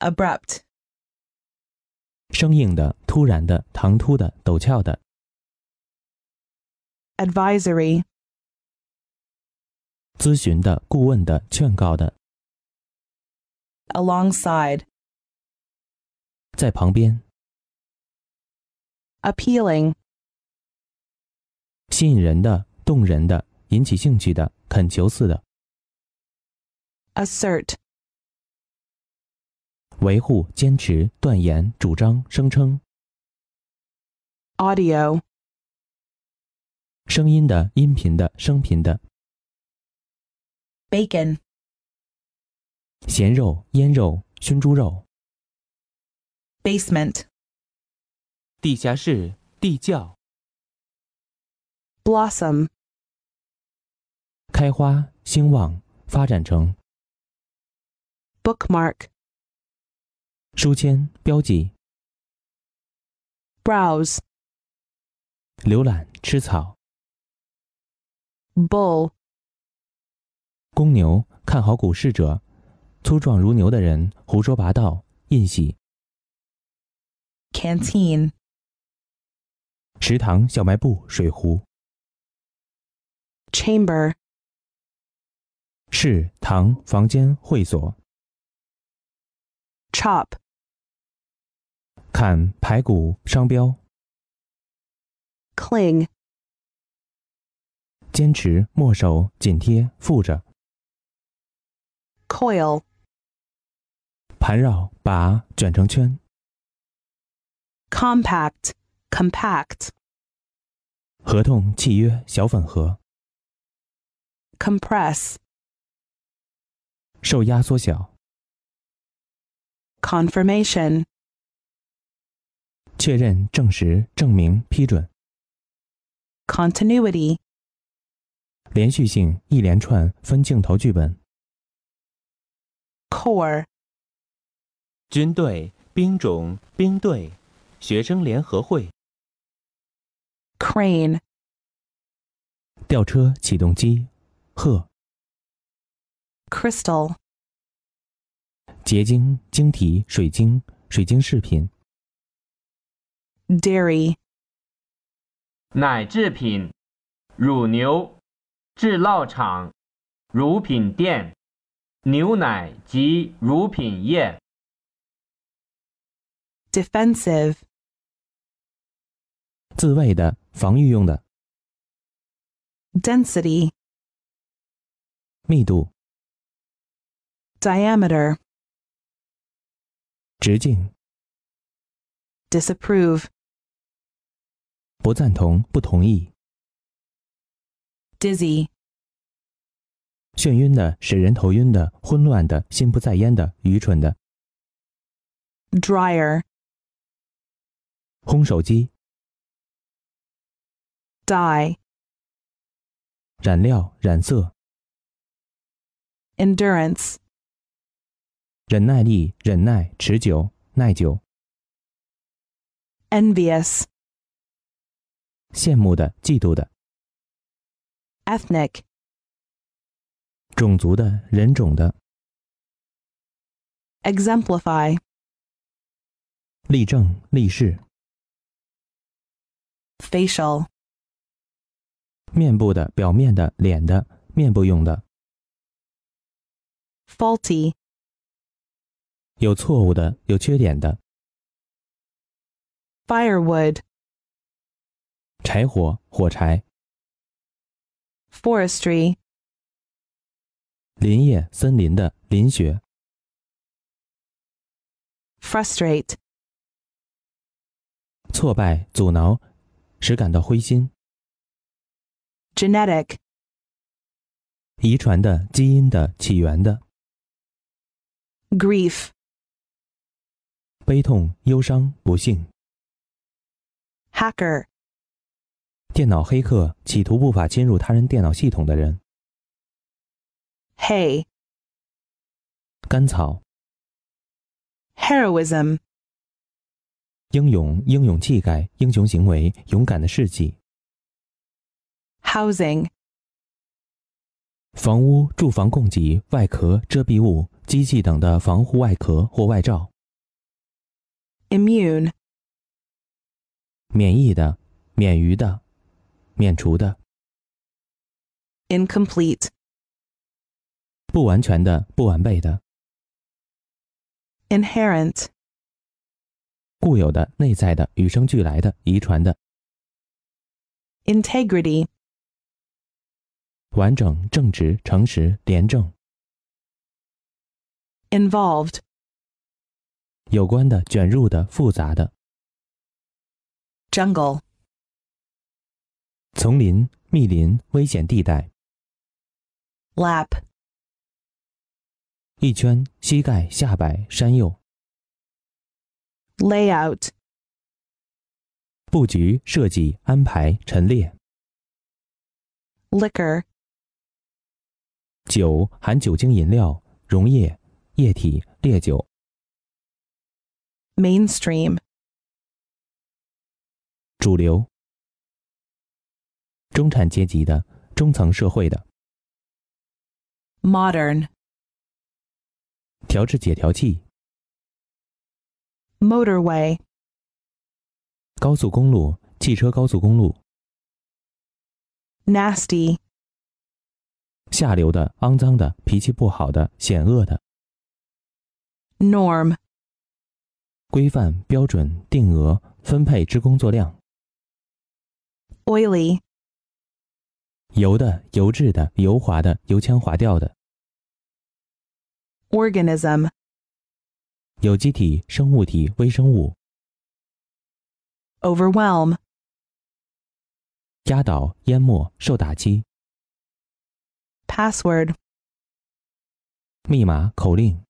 abrupt, 生硬的、突然的、唐突的、陡峭的、 advisory, 咨询的、顾问的、劝告的， alongside, 在旁边 appealing, 吸引人的、动人的、引起兴趣的、恳求似的， assert, 维护、坚持、断言、主张、声称， audio, 声音的、音频的、声频的， bacon, 咸肉、腌肉、熏猪肉， basement, 地下室、地窖， blossom, 开花、兴旺、发展成 bookmark, 书签、标记、 browse, 浏览、吃草、 bull, 公牛、看好股市者、粗壮如牛的人、胡说八道、印喜、 canteen, 食堂、小卖部、水壶、 chamber, 室、堂、房间、会所、 chop, 砍排骨、商标、 cling, 坚持、墨守、紧贴、附着、 coil, 盘绕、把、卷成圈、 compact, compact, 合同、契约、小粉盒、 compress, 受压缩小、 confirmation, 确认、证实、证明、批准、 continuity, 连续性、一连串、分镜头剧本、 core, 军队、兵种、兵队、学生联合会、 crane, 吊车、启动机、鹤、 crystal, 结晶、晶体、水晶、水晶饰品、 dairy, 奶制品、乳牛、制酪场、乳品店、牛奶及乳品业、 defensive, 自卫的、防御用的、 density, 密度、 diameter, 直径、 disapprove, 不赞同、不同意、 dizzy, 眩晕的、使人头晕的、混乱的、心不在焉的、愚蠢的、 dryer, 烘手机、 dye, 染料、染色、 endurance, 忍耐力、忍耐、持久、耐久、 envious, 羡慕的、嫉妒的、 ethnic, 种族的、人种的、 exemplify, 例证、例示、 facial, 面部的、表面的、脸的、面部用的、 faulty, 有错误的、有缺点的、 firewood, 柴火、火柴、 forestry, 林业、森林的、林雪、 frustrate, 挫败、阻挠，使感到灰心。 genetic, 遗传的、基因的、起源的、 grief, 悲痛、忧伤、不幸。 hacker, 电脑黑客企图不法侵入他人电脑系统的人。 hay, 甘草， heroism, 英勇、英勇气概、英雄行为、勇敢的事迹。 housing, 房屋、住房供给、外壳、遮蔽物、机器等的防护外壳或外罩。 immune, 免疫的、免于的、免除的、 incomplete, 不完全的、不完备的、 inherent, 固有的、内在的、与生俱来的、遗传的、 integrity, 完整、正直、诚实、廉政、 involved, 有关的、卷入的、复杂的、 jungle, 丛林、密林、危险地带、 lap, 一圈、膝盖、下摆、山右、 layout, 布局、设计、安排、陈列、 liquor, 酒含酒精饮料、溶液、液体、烈酒、 mainstream, 主流、中产阶级的、中层社会的、 modern, 调制解调器、 motorway, 高速公路、汽车高速公路、 nasty, 下流的、肮脏的、脾气不好的、险恶的、 norm, 规范、标准、定额、分配之工作量、 oily, 油的、油质的、油滑的、油腔滑调的、 organism, 有机体、生物体、微生物、 overwhelm, 压倒、淹没、受打击、 password, 密码、口令、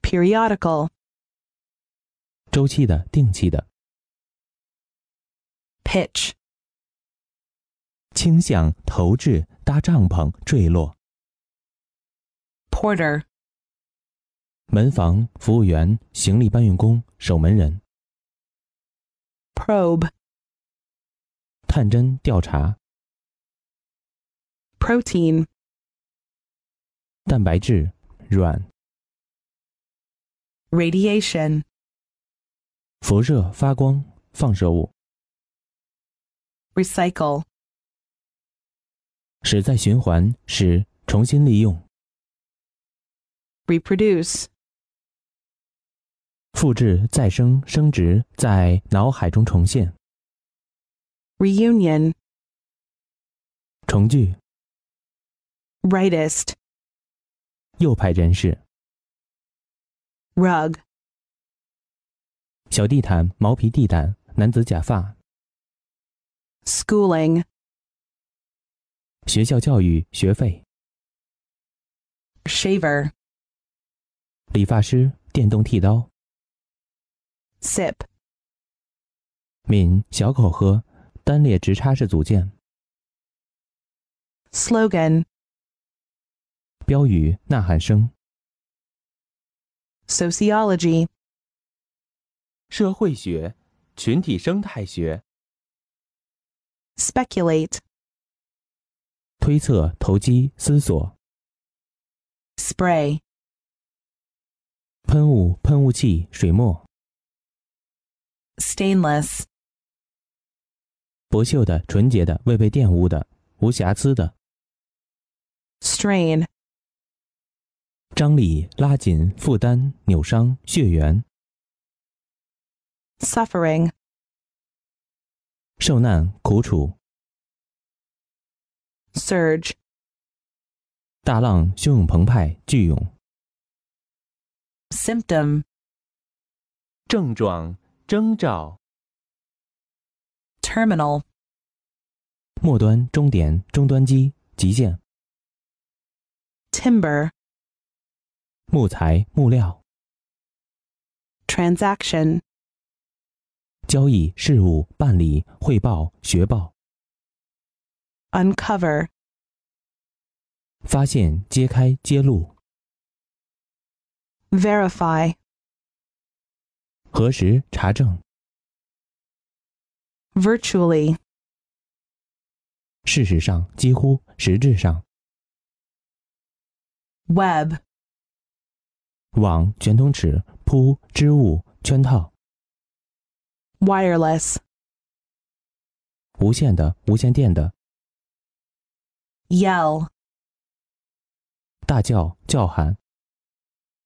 periodical, 周期的、定期的、 pitch, 倾向、投掷、搭帐篷、坠落、 porter, 门房、服务员、行李搬运工、守门人、 probe, 探针、调查、 protein, 蛋白质、软、 radiation, 辐射、发光、放射物、 recycle, 使再循环、使重新利用、 reproduce, 复制、再生、生殖，在脑海中重现、 reunion, 重聚、 rightist, 右派人士、 rug, 小地毯、毛皮地毯、男子假发、 schooling, 学校教育、学费、 shaver, 理发师、电动剃刀、 sip, 抿小口喝、单列直插式组件、 slogan, 标语、呐喊声、 sociology, 社会学、群体生态学、 speculate, 推测、投机、思索、 spray, 喷雾、喷雾器、水墨、 stainless, 不锈的、纯洁的、未被玷污的、无瑕疵的、 strain, 张力、拉紧、负担、扭伤、血缘、 suffering, 受难、苦楚、 surge, 大浪、汹涌澎湃、巨涌、 symptom, 症状、征兆、 terminal, 末端、终点、终端机、极限、 timber, 木材、木料、 transaction, 交易、事务、办理、汇报、学报、 uncover, 发现、揭开、揭露。 verify, 核实、查证、 virtually, 事实上、几乎、实质上、 web, 网、卷筒尺、铺、织物、圈套、 wireless, 无线的、无线电的、 yell, 大叫、叫喊、